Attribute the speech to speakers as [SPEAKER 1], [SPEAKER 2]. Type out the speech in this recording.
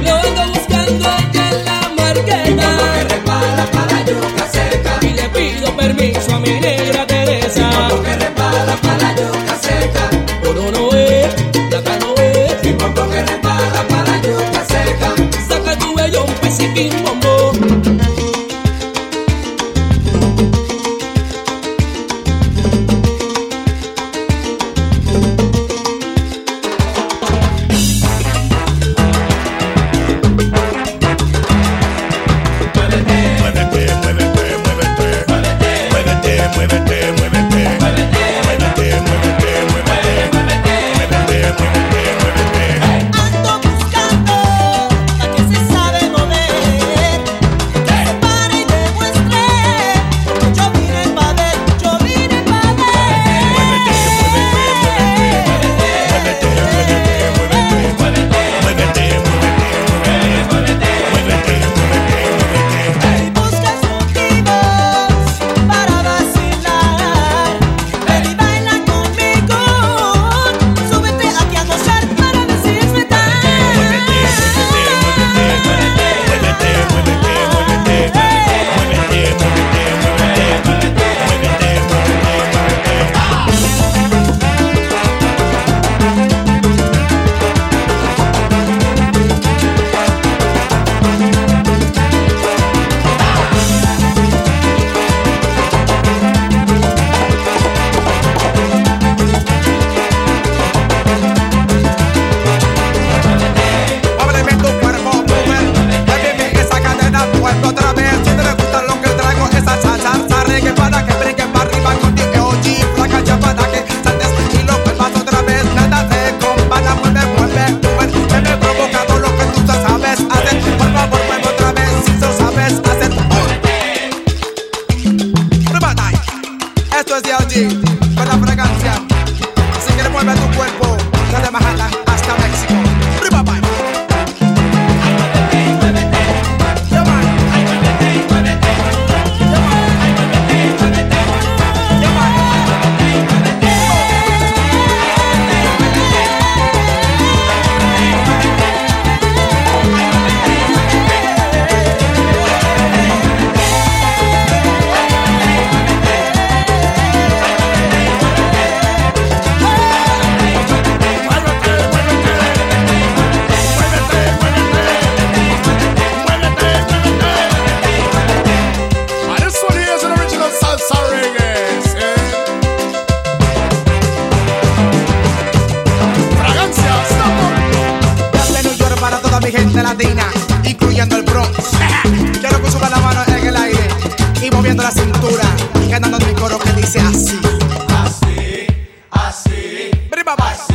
[SPEAKER 1] Lo ando buscando allá en la marqueta.
[SPEAKER 2] gente latina, incluyendo el Bronx. Quiero que suba la mano en el aire y moviendo la cintura, cantando el coro que dice así.
[SPEAKER 3] Así, así,
[SPEAKER 2] Bribabas.